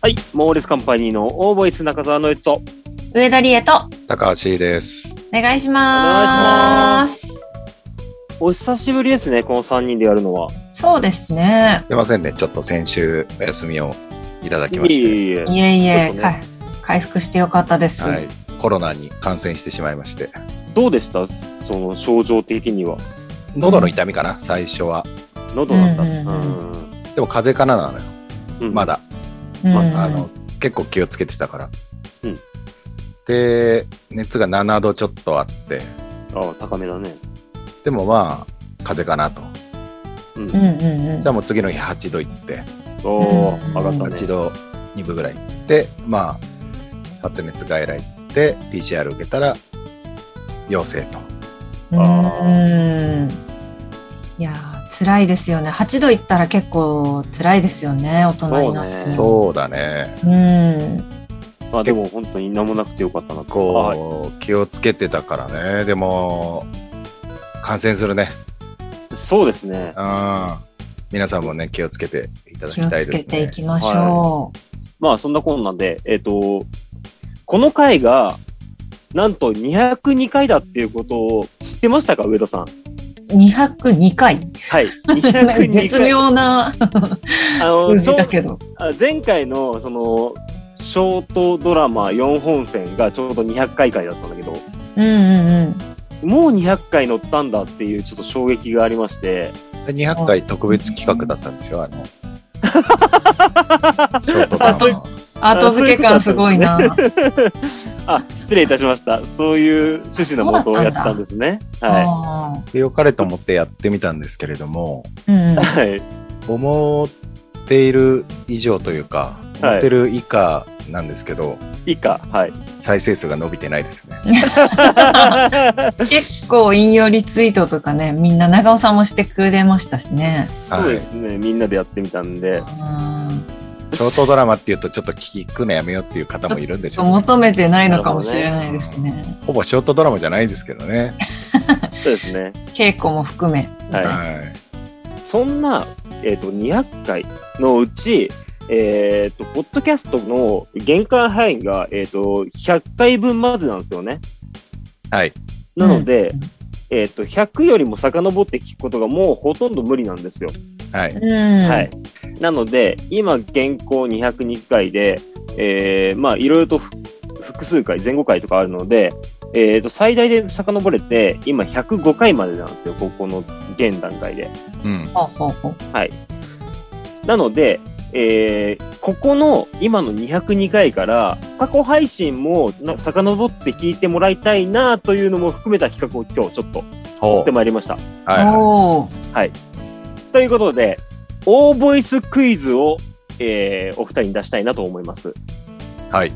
はい、モーレスカンパニーのオーボイス中澤のえっと、上田理恵と高橋です。お願いします。お久しぶりですね、この3人でやるのは。そうですね。すいませんね、ちょっと先週お休みをいただきまいえいしえいえ。いえいちえ、ょっとかね回復してよかったでて、す。はい、コロナに感染してしまいまして、どうでしたその症状的には。喉の痛みかな、最初は。喉なんだ。ううんうんんでも風邪かななのよ、うんま。だ。うんまあの、結構気をつけてたから。うんで、熱が7度ちょっとあって、ああ、高めだね。でもまあ、風邪かなと。ううんん。うんうんじゃあもう次の日8度行って、おうんー、上がった8ね。度2分ぐらい行って、まあ、発熱外来行って、PCR 受けたら、陽性と。あうん。いやー、辛いですよね。8度いったら結構辛いですよね、大人になって。そそうだね。うん。まあでも本当に何もなくてよかったなと。はいこう気をつけてたからねでも感染するねそうですね。うん皆さんもね気をつけていただき気をたいつでけすていねきましょまあそんなこんなんで、えっと、この回が、なんと202回だっていうことを知ってましたか、上田さん。う。202回。はい。 なんか202絶回。妙なあの数字だけど。あ前回のそのショートドラマ4本線がちょうど200回回だったんだけどうんうんうん。もう200回乗ったんだっていうちょっと衝撃がありましてで200回特別企画だったんですよあの ショートあそうい版後付け感すごいな。あ失礼いたしましたそういう趣旨のもとをやってたんですねはあでよかれと思ってやってみたんですけれどもーうんうんい、はい、思っている以上というかはい思ってる以下なんですけど、以下はい 再生数が伸びてないですね結構引用リツイートとかねみんな長尾さんもしてくれましたしね。そうですね、みんなでやってみたんでうんショートドラマっていうとちょっと聞くのやめようっていう方もいるんでしょうね求めてないのかもしれないですね。ほぼショートドラマじゃないですけどね。そうですね稽古も含め。ははいそんな、えっと200回のうちえっとポッドキャストの限界範囲が、えっと100回分までなんですよねい。はい。なので、うんえっと100よりも遡って聞くことがもうほとんど無理なんですよ。はい。うんはい、なので今現行202回で、えーまあいろいろとふ複数回前後回とかあるので、えっと最大で遡れて今105回までなんですよここの現段階で。うん。ほうほうほうはい、なので、えーここの今の202回から過去配信もな遡って聞いてもらいたいなというのも含めた企画を今日ちょっと持ほってまいりました。う。はいはおーということで、オーボイスクイズを、えーお二人に出したいなと思います。い。はい。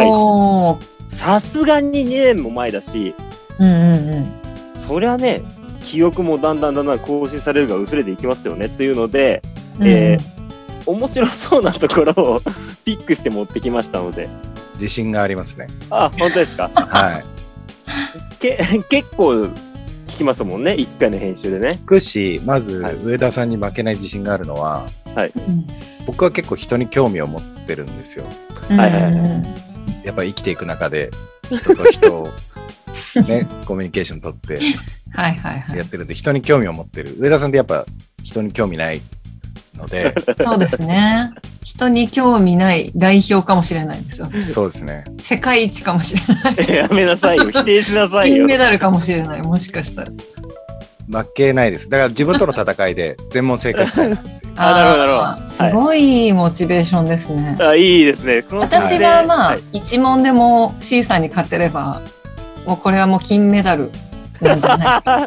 おーさすがに2年も前だし、うんうんうんそりゃね、記憶もだんだんだんだん更新されるが薄れていきますよねというので、うんえ面白そうなところをピックして持ってきましたので。自信がありますね。あ、本当ですかはい。 け 結構聞きますもんね、1回の編集でね。くし、まず、はい上田さんに負けない自信があるのは、うん僕は結構人に興味を持ってるんですよ。うんはいはいはやっぱり生きていく中で、人と 人を、ね、コミュニケーション取ってはいはいはやいってるんで、人に興味を持ってる。上田さんってやっぱ人に興味ない ので、そうですね人に興味ない代表かもしれないですよそうですね。世界一かもしれないやめな さいよ、否定しなさい金よ。メダルかもしれないもしかしたら負けないです。だから自分との戦いで全問正解したい。あなるほどなるほどすごいモチベーションですね。あいいですね。この感じで私がまあ、はい一問でも C さんに勝てれば、もうこれはもう金メダルなんじゃない今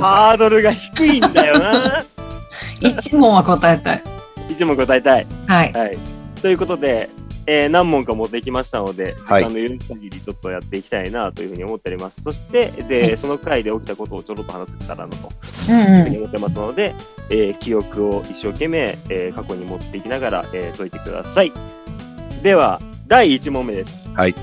ハードルが低いんだよ な。 一問は答えたい。いつも答えたい。はい。はい。ということで、えー何問か持ってきましたので、はい時間の許す限りちょっとやっていきたいなというふうに思っております。そして、で、はいその回で起きたことをちょろっと話せたらなといううんうふうにん。思ってますので、えー記憶を一生懸命、えー過去に持っていきながら、えー解いてください。では、第1問目です。はい。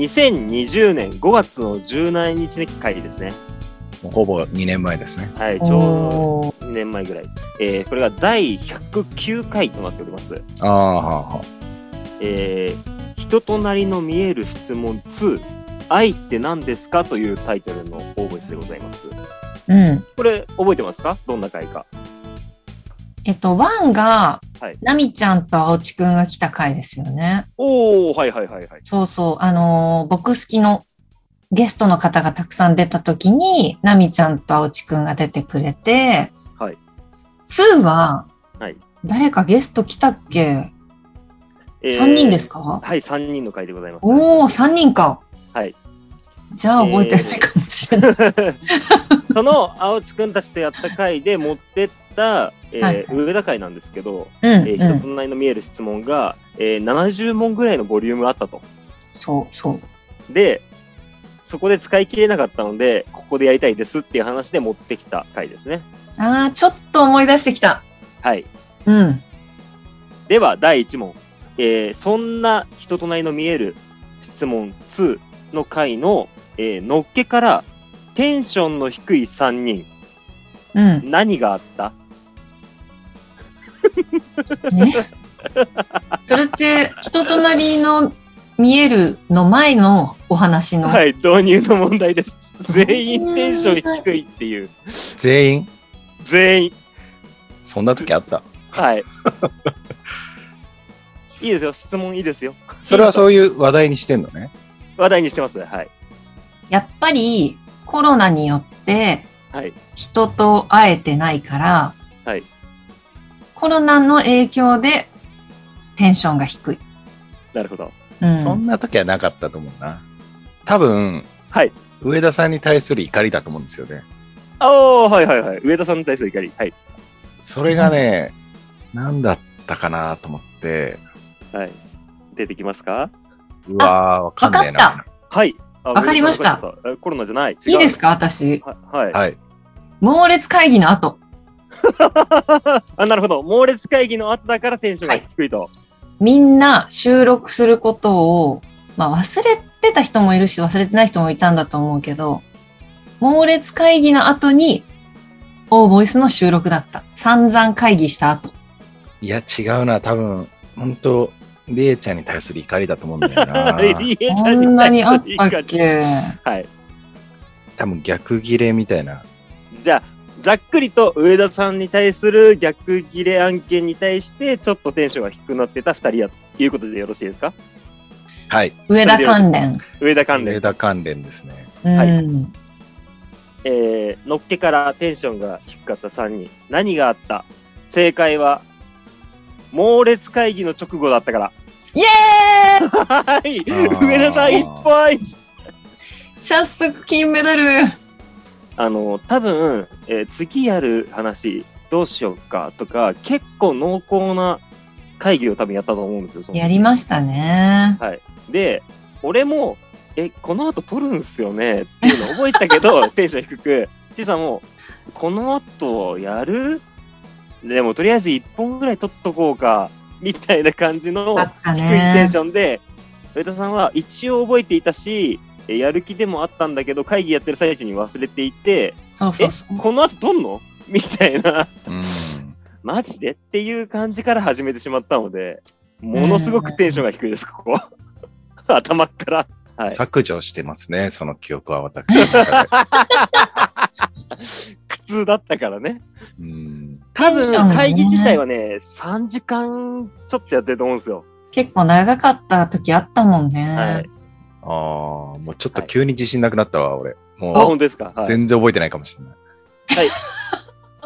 2020年5月の17日の会議ですね。 もうほぼ2年前ですね。はい、ちょうどおー2年前ぐらい。えーこれが第109回となっております。ああ、はあはあえー人となりの見える質問2、愛って何ですかというタイトルの応募室でございます。うん。これ、覚えてますかどんな回か。えっと、ワンがはい、ナミちゃんと青地くんが来た回ですよね。おー、はいはいはいはい。そうそう。あのー僕好きのゲストの方がたくさん出た時に、ナミちゃんと青地くんが出てくれて、はい。 2は、はい誰かゲスト来たっけ、えー ?3 人ですかはい、3人の回でございます。おお3人か。はい。じゃあ覚えてないかもしれない。 その青地くんたちとやった回で持ってった、えーはいはい上田会なんですけど、えーうん、う人ん。となりの見える質問が、えー70問ぐらいのボリュームあったと。そうそう。で、そこで使い切れなかったので、ここでやりたいですっていう話で持ってきた回ですね。ああ、ちょっと思い出してきた。はい。うん。では、第1問。えーそんな人となりの見える質問2の回の、えーのっけから、テンションの低い3人、うん。何があった ね。それって、人となりの見えるの前のお話の。はい、導入の問題です。全員テンション低いっていう。全員、全員。そんな時あった。はい。いいですよ。質問いいですよ。それはそういう話題にしてんのね。話題にしてます。はい。やっぱり、コロナによって、はい。人と会えてないから、はいコロナの影響で、テンションが低い。なるほど。うそんん。な時はなかったと思うな。多分、はい上田さんに対する怒りだと思うんですよね。ああ、はいはいはい。上田さんに対する怒り。はい。それがね、何だったかなと思って、はい。出てきますかうわー、わかんねえわかな。はい。あわかりました。上田さんわかっちゃったえコロナじゃない。違ういいですか私。ははい。はい。猛烈会議の後。あ、なるほど。猛烈会議の後だからテンションが低いと。みんな収録することを、まあ忘れてた人もいるし、忘れてない人もいたんだと思うけど、猛烈会議の後に、オーボイスの収録だった。散々会議した後。いや、違うな。多分、本当りえちゃんに対する怒りだと思うんだ よな。りえちこゃんなにあ対っするたっ けはい。多分逆切れみたいな。じゃあ、ざっくりと上田さんに対する逆切れ案件に対して、ちょっとテンションが低くなってた2人やということでよろしいですかはい。上田関連。上田関上連。田関連ですね。うん。はいえー、のっけからテンションが低かった3人。何があった正解は、猛烈会議の直後だったから。イエーイはい。あー上田さん一本早速金メダルあの、多分、えー次やる話どうしようかとか、結構濃厚な会議を多分やったと思うんですよ。そのやりましたね。で、俺も、え、この後撮るんすよねっていうの覚えてたけ ど、テンション低く、ちいさんも、この後やるでもとりあえず1本ぐらい撮っとこうか、みたいな感じのあった低いテンねシ。ョンで、上田さんは一応覚えていたし、えやる気でもあったんだけど、会議やってる最中に忘れていて、そうそうそう。この後撮んのみたいな、うん。マジでっていう感じから始めてしまったので、ものすごくテンションが低いです、こ こ。頭から。はい。削除してますね、その記憶は私の中 で。苦痛だったからね。うん。多テンション分、ね会議自体はね、3時間ちょっとやってると思うんですよ。結構長かった時あったもんはねい。。ああ、もうちょっと急に自信なくなったわ、俺。あ、も本当ですか。はう、い全然覚えてないかもしれない。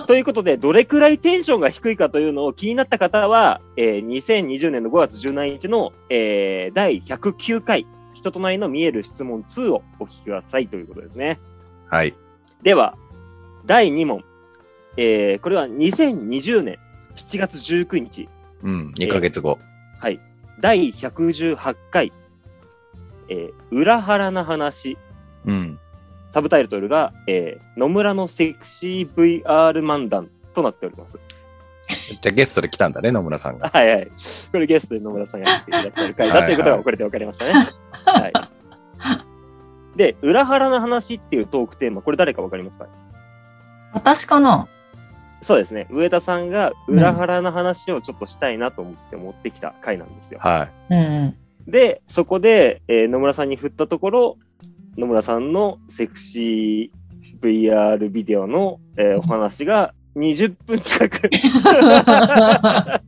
ということで、どれくらいテンションが低いかというのを気になった方は、えー2020年の5月17日の、えー第109回、人となりの見える質問2をお聞きくださいということですね。はい。では、第2問。えーこれは2020年7月19日、うん、2ヶ月後。はい、第118回、えー裏腹な話、うん。サブタイトルが、えー野村のセクシー VR 漫談となっております。 じゃあゲストで来たんだね、野村さんが。はいはい。これゲストで野村さんが来ていらっしゃる回だということはいがはいこれで分かりましたね。はい。で、裏腹な話っていうトークテーマ、これ誰か分かりますか私かなそうですね。上田さんが裏腹の話をちょっとしたいなと思って持ってきた回なんですよ。は うん。で、そこで、えー野村さんに振ったところ、野村さんのセクシー VR ビデオの、えーお話が20分近く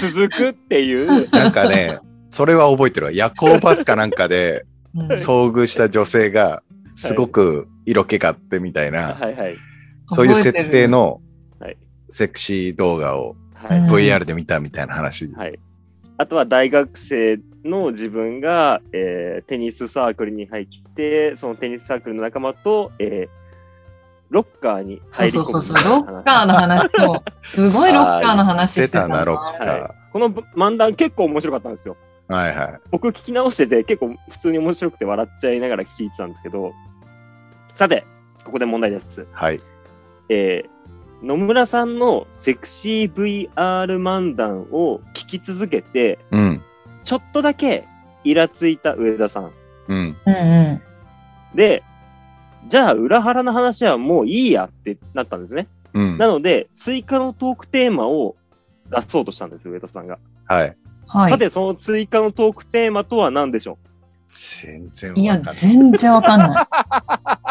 続くっていうい。、なんかね、それは覚えてるわ。夜行バスかなんかでうん遭遇した女性が、すごく色気があってみたいな、はいはい。そういう設定。はのいセクシー動画をはい。うん VR で見たみたいな話。はい。あとは大学生の自分が、えーテニスサークルに入って、そのテニスサークルの仲間と、えーロッカーにそう入りそ込うむ。そうそう、ロッカーの話、 そう。すごいロッカーの話してたあー言っな。てたなロッカーはい。この漫談結構面白かったんですよ。はいはい。僕聞き直してて結構普通に面白くて笑っちゃいながら聞いてたんですけど、さて、ここで問題です。はい。えー野村さんのセクシー VR 漫談を聞き続けて、うん。ちょっとだけイラついた上田さん。うん。うんうん。で、じゃあ裏腹の話はもういいやってなったんですね。うん。なので、追加のトークテーマを出そうとしたんです、上田さんが。はい。はさい。て、その追加のトークテーマとは何でしょ全然いや、わかんない。全然わかん ない。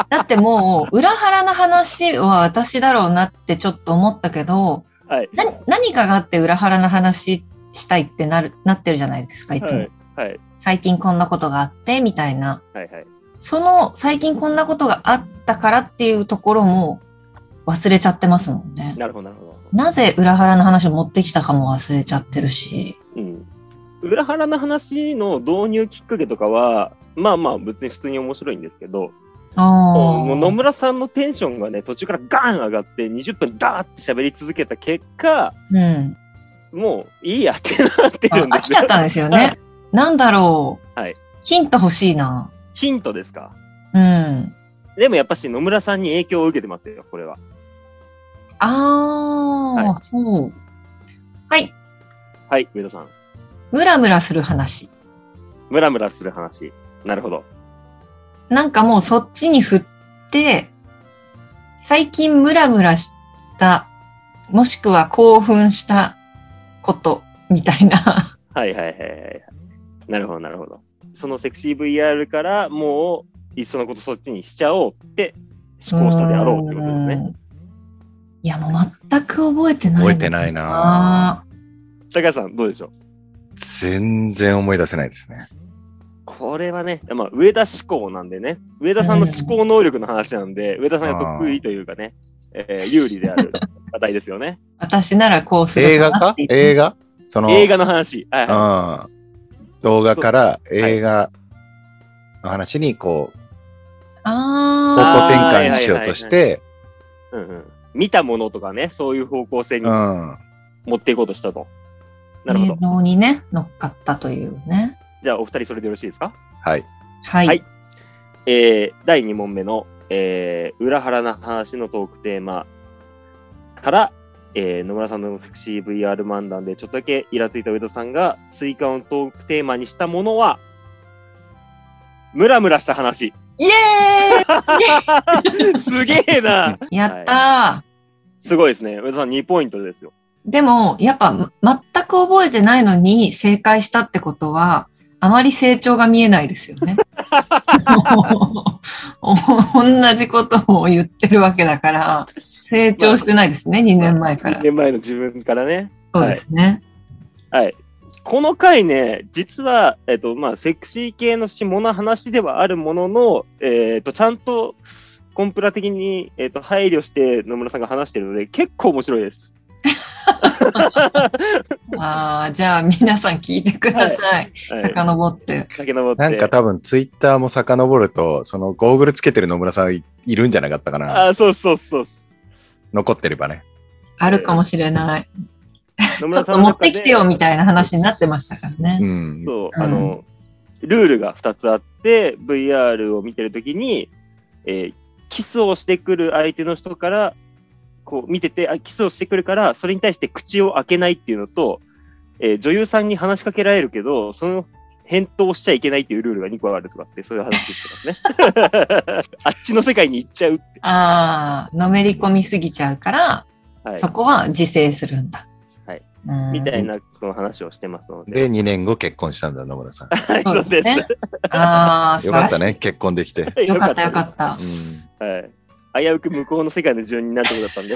だってもう、裏腹の話は私だろうなってちょっと思ったけど、うはい。な何かがあって裏腹の話したいってなる、なってるじゃないですか、いつも。はい。はい。最近こんなことがあって、みたいな。はい。はい。その、最近こんなことがあったからっていうところも忘れちゃってますもんね。なるほど、なるほど。なぜ裏腹の話を持ってきたかも忘れちゃってるし。うん。裏腹の話の導入きっかけとかは、まあまあ別に普通に面白いんですけど、ああ。もう野村さんのテンションがね、途中からガーン上がって20分ダーって喋り続けた結果、うん。もういいやってなってあるんで飽すきちゃったんですよね。なんだろう。はいヒント欲しいな。ヒントですかうん。でもやっぱし野村さんに影響を受けてますよ、これは。ああ、はそう。はい。はい、上田さん。ムラムラする話。ムラムラする話。なるほど。なんかもうそっちに振って、最近ムラムラした、もしくは興奮したこと、みたいな。はいはいはいはいはい。なるほど、なるほど。そのセクシー VR からもう、いっそのことそっちにしちゃおうって思考したであろうってことですね。うん。いや、もう全く覚えてない。覚えてないな。高橋さん、どうでしょう全然思い出せないですね。これはね、まあ、上田志向なんでね、上田さんの思考能力の話なんで、上田さんが得意というかね、えー有利であ る話題ですよね。私ならこうする映画かなかっていう映画その、映画の話。はいはうん、動画から映画の話にこう、方あ向転換しようとして、いうんうん見たものとかね、そういう方向性うにん。は持っていこうとしたと。なあ、るほど映。像にね、乗っかったというね。じゃあ、お二人それでよろしいですかい。はい。はいえー第2問目の、えー裏腹な話のトークテーマから、えー野村さんのセクシー VR 漫談でちょっとだけイラついた上田さんが追加のトークテーマにしたものは、ムラムラした話。イエーすげえなイやったー、すごいですね。上田さん2ポイントですよ。でも、やっぱ、ま全く覚えてないのに正解したってことは、あまり成長が見えないですよ ね。同じことを言ってるわけだから、成長してないですね、2年前か2ら。年前の自分からね。そうですね。はい。この回ね、実は、えっと、まあ、セクシー系の下の話ではあるものの、えっと、ちゃんとコンプラ的に、えっと、配慮して野村さんが話してるので、結構面白いです。 ああ、じゃあ皆さん聞いてください。はい。遡って。遡って。なんか多分ツイッターも遡ると、そのゴーグルつけてる野村さんいいるんじゃなかったかな。あ、そうそうそう。残ってればね。あるかもしれない。野ちょ村っさとんの持中ってできてよみたいな話になってましたからうね。ん。そう、うんあの、ルールが2つあって、VR を見てるときに、えーキスをしてくる相手の人から、こう見てて、あ、キスをしてくるから、それに対して口を開けないっていうのと、えー女優さんに話しかけられるけど、その返答をしちゃいけないっていうルールが2個あるとかって、そういう話して ますね。あっちの世界に行っちゃう。ああ、のめり込みすぎちゃうから、はいそ。こは自制するんだ。はいうん。みたいなその話をしてますので。で、2年後結婚したんだ、野村さん。はい、そうです。 そうですああ、よかっ素た晴らしね、結婚できて。い。よかった、よかたった。はい。危うく向こうの世界の住人になるとこだったんで。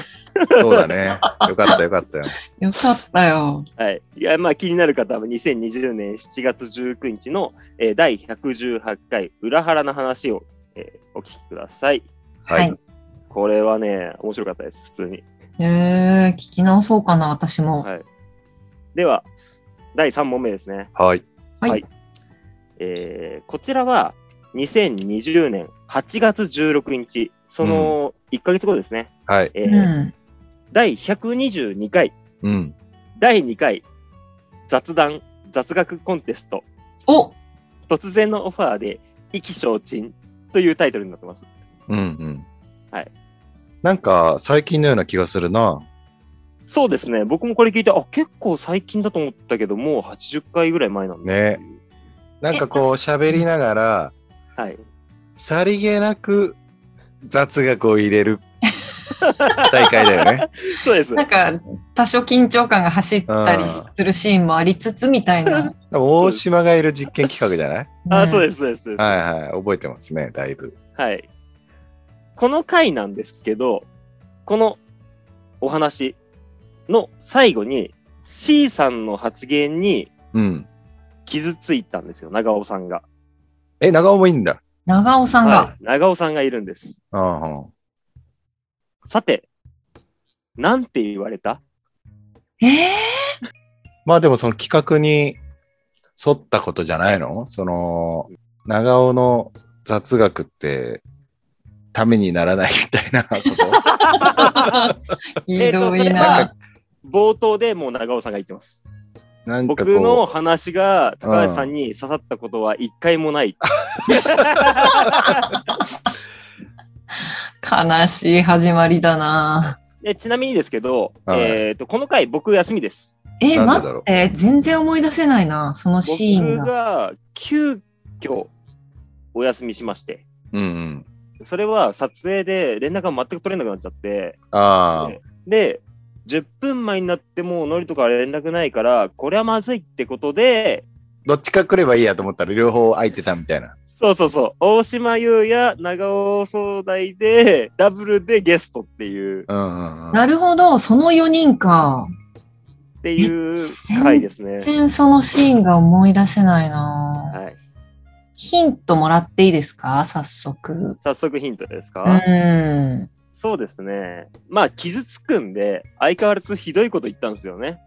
うん、そうだね。よかった、よかったよ。よかったよ。はい。いや、まあ気になる方は2020年7月19日の、えー第118回裏腹の話を、えーお聞きください。はい。これはね、面白かったです、普通に。ええ、聞き直そうかな、私も。はい。では、第3問目ですね。はい。はいえーこちらは2020年8月16日、その1ヶ月後ですね。はい。えうーん。第122回、うん。第2回雑談、雑学コンテスト、お突然のオファーで意気消沈というタイトルになってます。うんうん。はい。なんか、最近のような気がするな。そうですね、僕もこれ聞いて、あ、結構最近だと思ったけど、もう80回ぐらい前なんだっていう。なんかこう、喋りながら、はい。さりげなく雑学を入 れる大会だよね。そうです。なんか、多少緊張感が走ったりするシーンもありつつみたいな。大島がいる実験企画じゃないあ、そうでです、そうです。そうですはいはい。覚えてますね、だいぶ。はい。この回なんですけど、このお話の最後に C さんの発言にうん。傷ついたんですよ、長尾さんが。え、長尾もいいんだ。長尾さんがは。い、長尾さんがいるんです。うんうん。さて、なんて言われたええまあでもその企画に沿ったことじゃないのその、長尾の雑学って、ためにならないみたいなこと。 ひどいなんな。か、冒頭でもう長尾さんが言ってます。なんか僕こうの話が高橋さんに刺さったことは一回もない。悲しい始まりだな。でちなみにですけど、はいえっと、この回僕休みです。え、なん待でだろっうて、全然思い出せないな、そのシー僕ンが。が急遽お休みしまして、うんうん。それは撮影で連絡が全く取れなくなっちゃって、ああ、で、10分前になってもうノリとか連絡ないから、これはまずいってことで、どっちか来ればいいやと思ったら両方空いてたみたいな。そうそうそう、大島優也、長尾総大で、ダブルでゲストっていう、うんうんうん。なるほど、その4人か。っていうえ回ですね。全然そのシーンが思い出せないな。はい、ヒントもらっていいですか早速。早速ヒントですか、うん。そうですね。まあ、傷つくんで、相変わらずひどいこと言ったんですよね。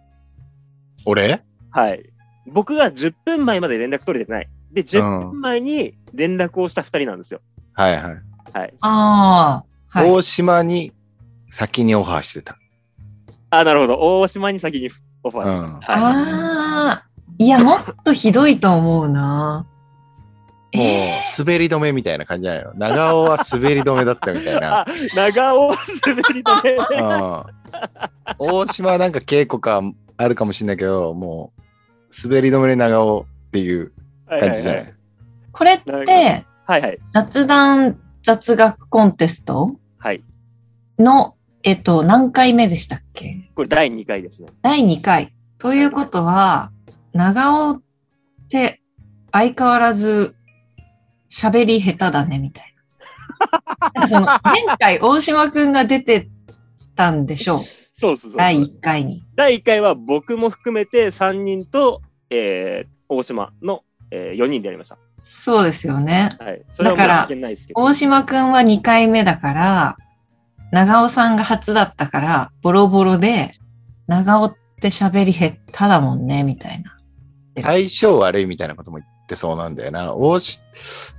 俺はい。僕が10分前まで連絡取れてない。で、10分前に連絡をした2人なんですよ。はいはい。はい。ああ。はい。大島に先にオファーしてた。あ、なるほど。大島に先にオファーうしん。た。はい。ああ。いや、もっとひどいと思うな。もうえー、滑り止めみたいな感じじゃないの。長尾は滑り止めだったみた いな。あ、長尾滑り 止め。うん大島はなんか稽古感あるかもしれないけど、もう滑り止めで長尾っていうはい感はじいじはゃないい。これっなんて、はいはい。雑談雑学コンテストはい。の、えっと、何回目でしたっけこれ第2回ですね。第2回。ということは、長尾って相変わらず喋り下手だね、みたいな。その前回大島くんが出てたんでしょう。そうそうそう。第1回に。第1回は僕も含めて3人と、えー大島の、え4人でやりました。そうですよね。はい。それはもうだから聞けないですけど。大島くんは2回目だから、長尾さんが初だったから、ボロボロで、長尾って喋り下手だもんね、みたいな。相性悪いみたいなことも言ってそうなんだよな。大し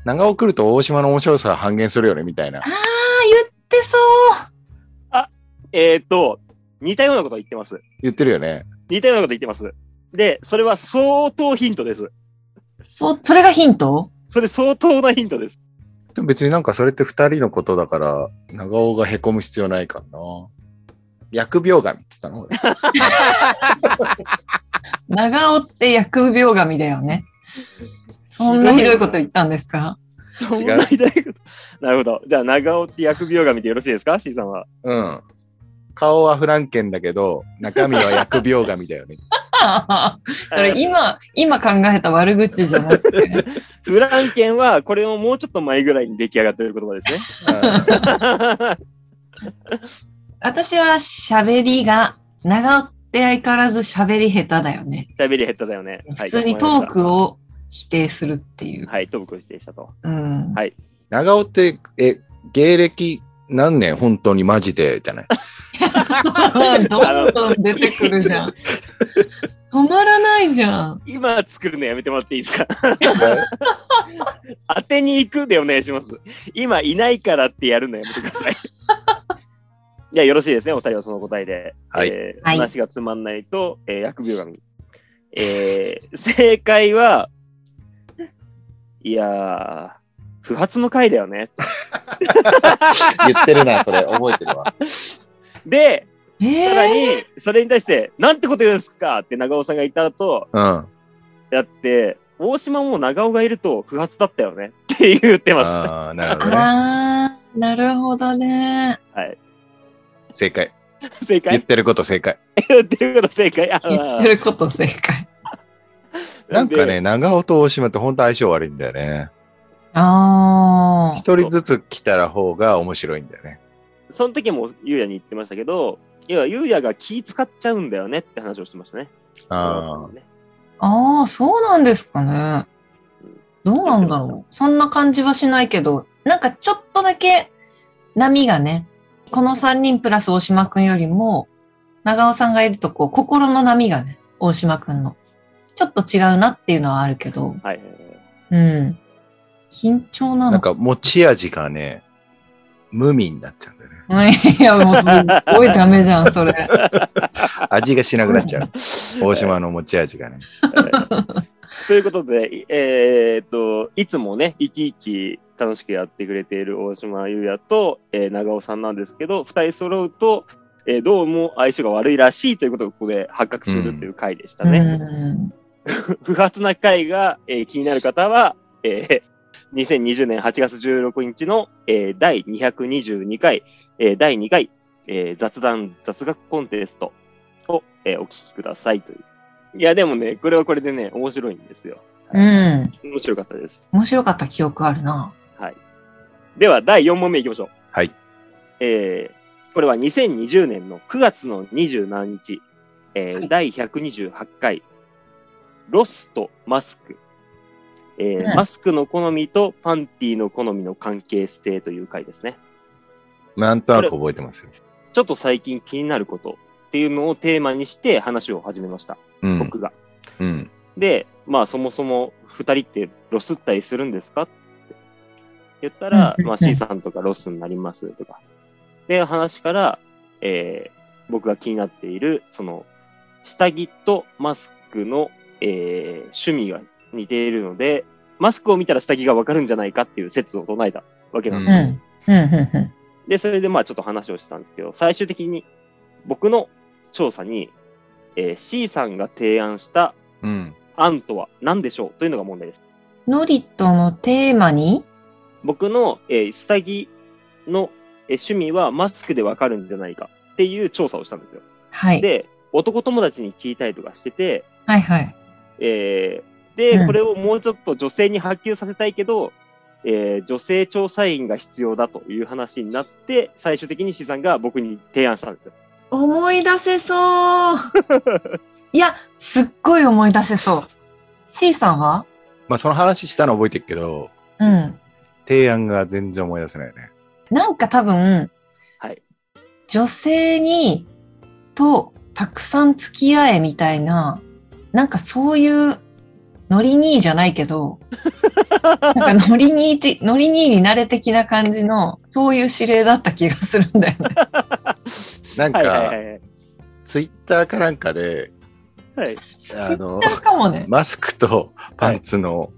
長尾来ると大島の面白さが半減するよねみたいな。あー、言ってそうえっ、と、似たようなこと言ってます。言ってるよね。似たようなこと言ってます。で、それは相当ヒントです。そう、それがヒントそれ相当なヒントです。でも別になんかそれって二人のことだから、長尾がへこむ必要ないからな。疫病神って言ったの俺 長尾って疫病神だよね。そんなひどいこと言ったんです かそんな偉大なことなるほど。じゃあ、長尾って疫病神でよろしいですか ?C さんは。うん。顔はフランケンだけど、中身は疫病神だよね。それ今、今考えた悪口じ ゃなくて。フランケンは、これをもうちょっと前ぐらいに出来上がってる言葉ですね。うん私は喋りが、長尾って相変わらず喋り下手だよね。喋り減っただよね。普通にトーを。クを否定するっていう。はい、トークを否定したと。うん。はい長尾って、え、芸歴何年本当にマジでじゃない どんどん出てくるじ ゃん。止まらないじゃん。今作るのやめてもらっていいですか当てに行くでお願いします。今いないからってやるのやめてください。 じゃあよろしいですね、お二人はその答えで。はいえーはい話がつまんないと、えー、疫病神。えー、 正解は、いやー、不発の回だよね。言ってるな、それ。覚えてるわ。で、さらええに、それに対して、なんてこと言うんですかって長尾さんが言った後、うん。やって、大島も長尾がいると不発だったよねって言ってます。 ああ、なるほどね。ああ、なるほどね。正解。正言っ解てること正解。 っていうこと正解。あ言ってること正解。なんかね、、長尾と大島って本当相性悪いんだよね。ああ。一人ずつ来たら方が面白いんだよね。でその時もゆうやに言ってましたけど、いや、ゆうやが気使っちゃうんだよねって話をしてましたね。ああ。ねああ、そうなんですかね。どうなんだろう。そんな感じはしないけど、なんかちょっとだけ波がね、この3人プラス大島くんよりも、長尾さんがいるとこう、心の波がね、大島くんの。ちょっと違うなっていうのはあるけど、はい。うん。緊張ななんのか。か持ち味がね、無味になっちゃうん だよね。 いや、もうすっごいダメじゃん、 それ。味がしなくなっ ちゃう。大島の持ち味がね。ということで、えーっと、いつもね、生き生き楽しくやってくれている大島優也と、えー長尾さんなんですけど、二人揃うと、えーどうも相性が悪いらしいということがここで発覚するという回でしたね。うん。不発な回が、えー気になる方は、えー2020年8月16日の、えー第222回、えー第2回、えー雑談雑学コンテストを、えーお聞きくださいという。いや、でもね、これはこれでね、面白いんですよ。うん。面白かったです。面白かった記憶あるな。はい。では、第4問目いきましょう。はい。えーこれは2020年の9月の27日、えーはい第128回、ロスとマスク、えーうんマスクの好みとパンティの好みの関係性という回ですね。なんとなく覚えてますよ。ちょっと最近気になることっていうのをテーマにして話を始めました、うん。僕が。うん。で、まあそもそも2人ってロスったりするんですかって言ったら、うんまあ C さんとかロスになりますとか。で、話から、えー僕が気になっている、その、下着とマスクの、えー趣味が似ているので、マスクを見たら下着がわかるんじゃないかっていう説を唱えたわけなんうでん。す。うん。うん。うで、それでまあちょっと話をしたんですけど、最終的に僕の調査に、えー C さんが提案したうん。案とは何でしょうというのが問題です。ん。ノリとのテーマに僕の、えー下着の、えー趣味はマスクでわかるんじゃないかっていう調査をしたんですよ。はい。で、男友達に聞いたりとかしてて、はいはい。えーで、うんこれをもうちょっと女性に波及させたいけど、えー女性調査員が必要だという話になって、最終的に C さんが僕に提案したんですよ。思い出せそう。いや、すっごい思い出せそう。C さんはまあその話したの覚えてるけど、うん。提案が全然思い出せないね。なんか多分、はい。女性に、と、たくさん付き合えみたいな、なんかそういう、ノリニーじゃないけど、なんかノリニーって、ノリニーに慣れ的な感じの、そういう指令だった気がするんだよね。なんかはいはいはいツイッターかなんかで、はい。あの、かもね。マスクとパンツの、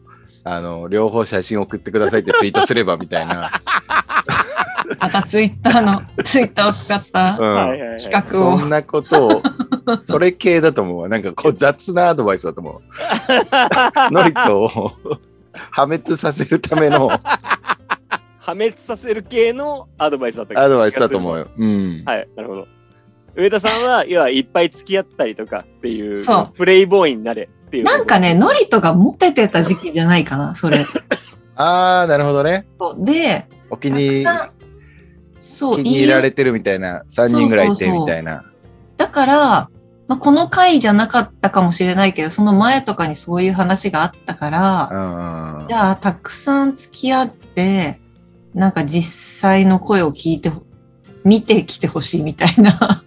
あの、両方写真送ってくださいってツイートすればみたいな。 あたツイッターの、ツイッターを使ったうん。はいはいはい企画をそん なことを、それ系だと思うわ。なんかこう雑なアドバイスだと思 う。ノリトを破滅させるためのア破滅させる系のアドバイスだったドバイスだと思うよ。うん。はい、なるほど。上田さん は、要はいっぱい付き合ったりとかっていう、そうプレイボーイになれっていう。なんかね、ノリとがモテてた時期じゃないかな、それ。 ああ、なるほどね。そうで、お気たにく入さん、そう、気に入らいいれてるみたいな、3人ぐらいいてみたいな。だから、まあ、この回じゃなかったかもしれないけど、その前とかにそういう話があったから、うんじゃあ、たくさん付き合って、なんか実際の声を聞いてほ、見てきてほしいみたいな、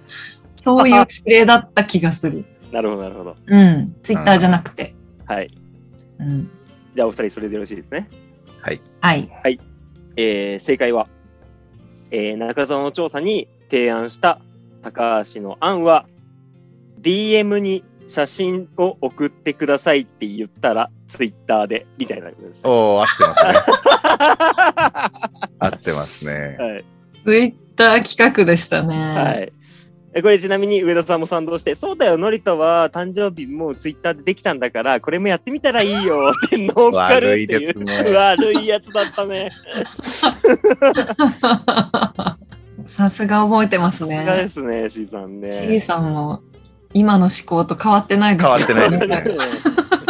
そういう指令だった気がする。なるほど、なるほど。うん。ツイッターじゃなくて。はい。うん。じゃあ、お二人、それでよろしいですね。はい。えー正解は、えー中澤の調査に提案した高橋の案は、DM に写真を送ってくださいって言ったら、ツイッターで、みたいなことです。はおお、合ってますね。 合ってますね。い。ツイッター企画でしたね。はい。えこれちなみに上田さんも賛同して、そうだよ、ノリとは誕生日もうツイッターでできたんだから、これもやってみたらいいよって乗っかる悪っいていう。ですね。悪いやつだったね。さすが覚えてますさすがでね。すね、C さんね。 C さんも今の思考と変わってないです変わってないですね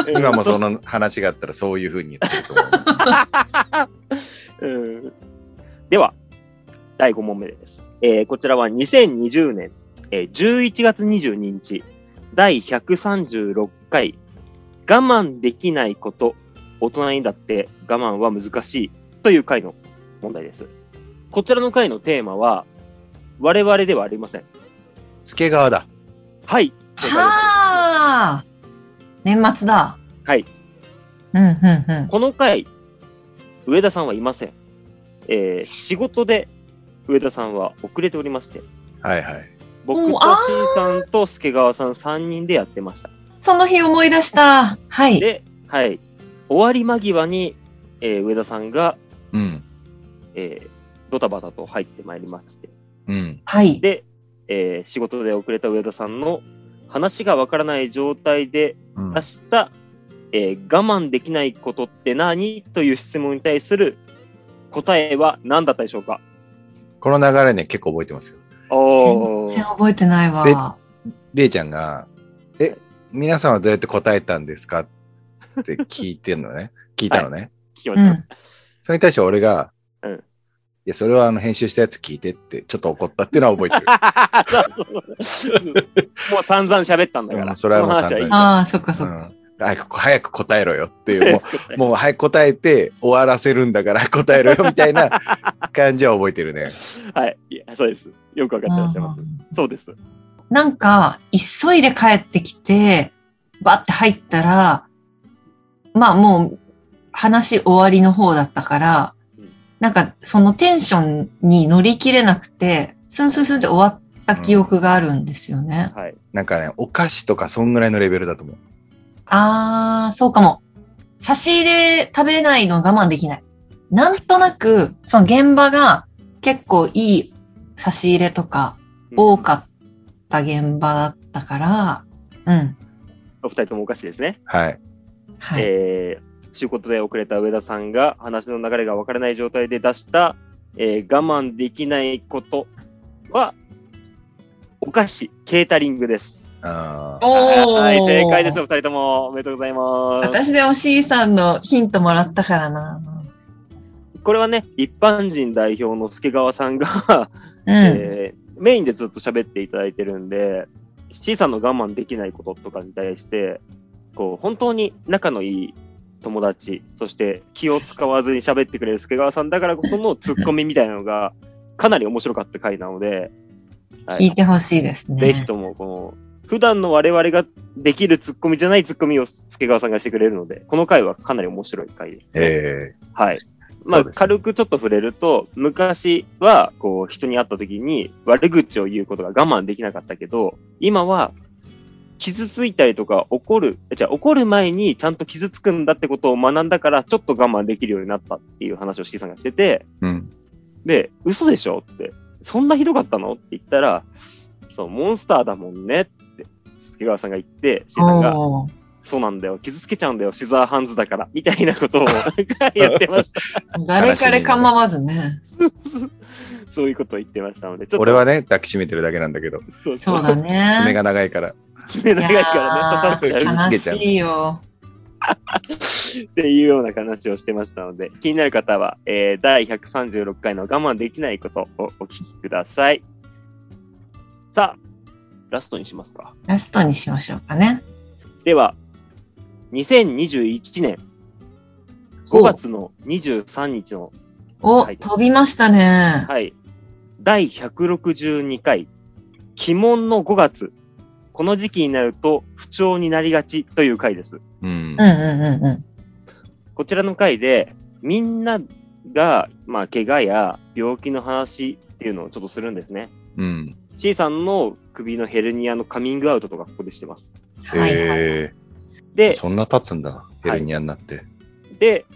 うん今もその話があったらそういうふうに言ってると思います。うんでは、第5問目です。えーこちらは2020年、えー11月22日、第136回、我慢できないこと、大人にだって我慢は難しいという回の問題です。こちらの回のテーマは、我々ではありません。助川だ。はい。正解ですはあ年末だ。はい。うんうんうん。この回、上田さんはいません。えー仕事で上田さんは遅れておりまして、はいはい。僕おとーあ C さんと助川さん3人でやってました。その日思い出した。はい。で、はい、終わり間際に、えー上田さんが、うん。えードタバタと入ってまいりまして、うん。はい。で、えー仕事で遅れた上田さんの話がわからない状態でうん出した、えー我慢できないことって何という質問に対する答えは何だったでしょうかこの流れね、結構覚えてますよ。お全然覚えてないわ。れいちゃんが、え、皆さんはどうやって答えたんですかって聞いてんのね。聞いたのね。聞きまうした。ん。それに対して俺が、うんいや、それはあの編集したやつ聞いてって、ちょっと怒ったっていうのは覚えて る。 そうそうもう散々喋ったんだかうら。んそれはもう散々この話はいいああ、そっかうそっか。ん、早く早く答えろよっていう、もうもう早く答えて終わらせるんだから 答えろよみたいな感じは覚えてるね。はい、いやそうです。よくわかってらっしゃいますう。んそうです。なんか、急いで帰ってきて、バって入ったら、まあもう、話終わりの方だったからうん、なんか、そのテンションに乗り切れなくて、スンスンスンで終わった記憶があるんですよね。はい。なんかね、お菓子とかそんぐらいのレベルだと思う。あー、そうかも。差し入れ食べないの我慢できない。なんとなく、その現場が結構いい差し入れとか多かった現場だったから、うん。お二人ともおかしいですね。はい。はい。えー、仕事で遅れた上田さんが話の流れがわからない状態で出した、えー我慢できないことは、お菓子、ケータリングです。あーおーはい、正解です。お二人とも。おめでとうございます。私でも C さんのヒントもらったからな。これはね、一般人代表の助川さんが、うん。えーメインでずっと喋っていただいてるんで、C さんの我慢できないこととかに対して、こう、本当に仲のいい友達、そして気を使わずに喋ってくれる助川さんだからこそのツッコミみたいなのが、かなり面白かった回なので、は聞いてほしいですね。ぜひとも、この、普段の我々ができるツッコミじゃないツッコミを助川さんがしてくれるので、この回はかなり面白い回です、えはい。まあ、そうですね軽くちょっと触れると、昔は、こう、人に会った時に悪口を言うことが我慢できなかったけど、今は、傷ついたりとか怒る、じゃあ怒る前にちゃんと傷つくんだってことを学んだから、ちょっと我慢できるようになったっていう話を C さんがしてて、ーうん。で、嘘でしょって、そんなひどかったのって言ったら、そう、モンスターだもんねって、杉川さんが言って、C さんが、おーそうなんだよ、傷つけちゃうんだよ、シザーハンズだから、みた いなことをなんか言ってました誰彼構わずね。そういうことを言ってましたので、ちょっと俺はね、抱きしめてるだけなんだけど、そうそうそうだね。 爪が長いから。爪長いからね、刺さっちゃう傷つけちゃう悲しいよ。っていうような話をしてましたので、気になる方は、えー第136回の我慢できないことをお聞きください。さあ、ラストにしますか。ラストにしましょうかね。では、2021年お5月の23日の、お、はい飛びましたね。はい、第162回、鬼門の5月。この時期になると不調になりがちという回です。うんうんうんうんうん。こちらの回で、みんなが、まあ、怪我や病気の話っていうのをちょっとするんですね。うん。 C さんの首のヘルニアのカミングアウトとかここでしてます。はいはい。へえで、そんな経つんだ、ヘルニアになって。で、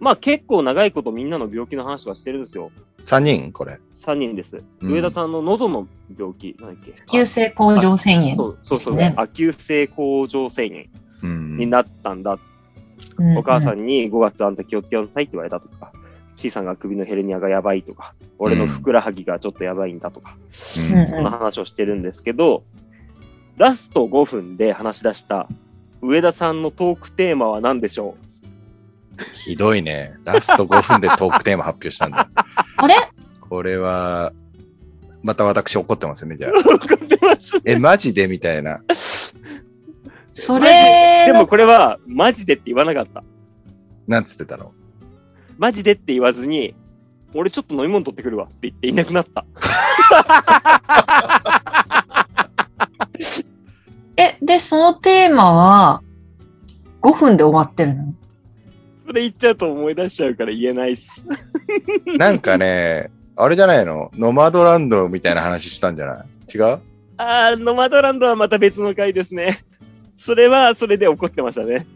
まあ結構長いことみんなの病気の話はしてるんですよ。 3人これ。 3人です。うん上田さんの喉の病気、何だっけ急性甲状腺あそ炎。うそうそう、ですね亜急性甲状腺炎うんになったんだ。うお母さんんに5月あんた気をつけなさいって言われたとか、C さんが首のヘルニアがやばいとか、俺のふくらはぎがちょっとやばいんだとか、うんそんな話をしてるんですけど、ラスト5分で話し出した上田さんのトークテーマは何でしょひどいね。ラスト5分でトークテーマ発表したんだ。あれこれは、また私怒ってますね、じゃあ。うわかってます。え、マジでみたいな。それでもの、これは、マジでって言わなかった。なんつってたのマジでって言わずに、俺ちょっと飲み物取ってくるわって言っていなくなった。え、で、そのテーマは、5分で終わってるのそれ言っちゃうと思い出しちゃうから言えないっす。なんかね、あれじゃないのノマドランドみたいな話したんじゃない違うあー、ノマドランドはまた別の回ですね。それはそれで怒ってましたね。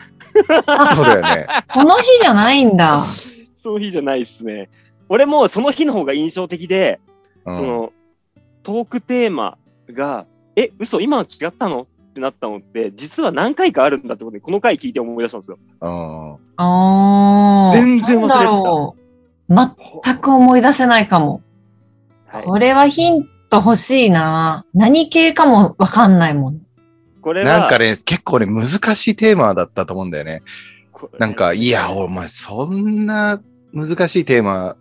そうだよね。この日じゃないんだ。その日じゃないっすね。俺もその日の方が印象的で、うんそのトークテーマが、え、嘘、今の違ったのってなったのって、実は何回かあるんだってことで、この回聞いて思い出したんですよ。うんあー。全然忘れてたなんだろう全く思い出せないかも。はいこれはヒント欲しいな。何系かもわかんないもん。これはなんかね、結構ね、難しいテーマだったと思うんだよね。これなんか、いや、お前、そんな難しいテーマ、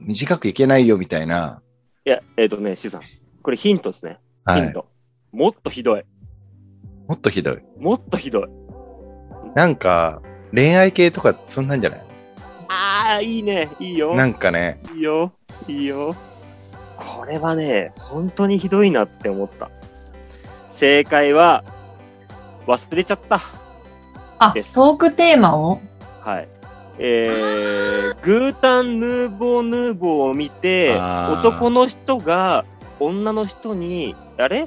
短くいけないよ、みたいな。いや、えっ、とね、C さん、これヒントですね。はヒンい。ト。もっとひどい。もっとひどい。もっとひどい。なんか、恋愛系とか、そんなんじゃないああ、いいね。いいよ。なんかね、いいよ。いいよ。これはね、本当にひどいなって思った。正解は、忘れちゃった。あ、トですークテーマをはい。えー、グータンヌーボーヌーボーを見て、あー男の人が女の人に、あれ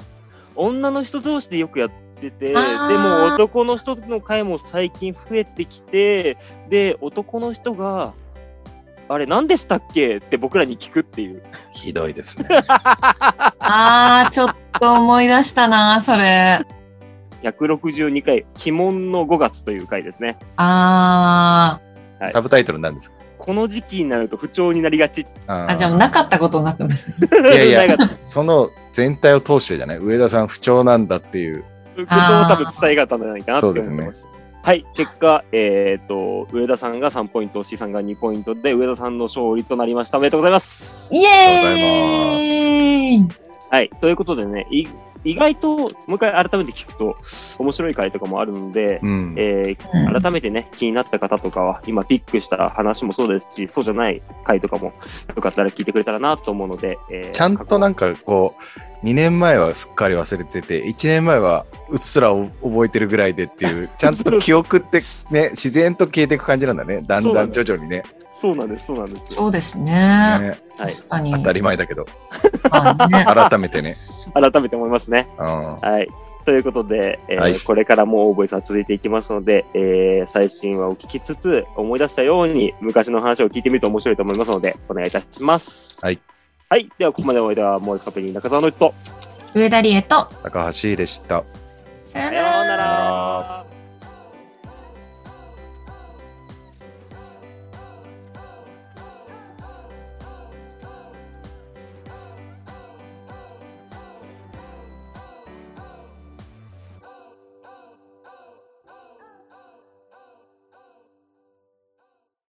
女の人同士でよくやってて、であーも男の人の回も最近増えてきて、で、男の人が、あれ何でしたっけって僕らに聞くっていう。ひどいですね。あー、ちょっと思い出したな、それ。 162回、鬼門の5月という回ですね。あー。はいサブタイトルなんですかこの時期になると不調になりがち。あーあ、じゃあもうなかったことになってます。いや いやその全体を通してじゃない上田さん不調なんだっていう。そういうことを多分伝えがったんじゃないかなって思ってあーそうま。ですはい、結果、えっと、上田さんが3ポイント、C さんが2ポイントで、上田さんの勝利となりました。おめでとうございます。イエーイはい、ということでね、い意外と、もう一回改めて聞くと、面白い回とかもあるので、うん。えーうん改めてね、気になった方とかは、今ピックした話もそうですし、そうじゃない回とかも、よかったら聞いてくれたらなと思うので、えーちゃんとなんかこう、2年前はすっかり忘れてて、1年前はうっすら覚えてるぐらいでって いう、ちゃんと記憶ってね、自然と消えていく感じなんだね。だんだん徐々にね。そうなんです、そうなんですよ。そうですね。ねはい、確かに。当たり前だけど、まあね改めてね。改めて思いますね。うんはい。ということで、えーはいこれからも応募さん続いていきますので、えー最新話を聞きつつ、思い出したように昔の話を聞いてみると面白いと思いますので、お願いいたします。はい。はい。では、ここまでのお相手は、モーリスカペリー中澤の人。上田理恵と、高橋でした。さよさようならら。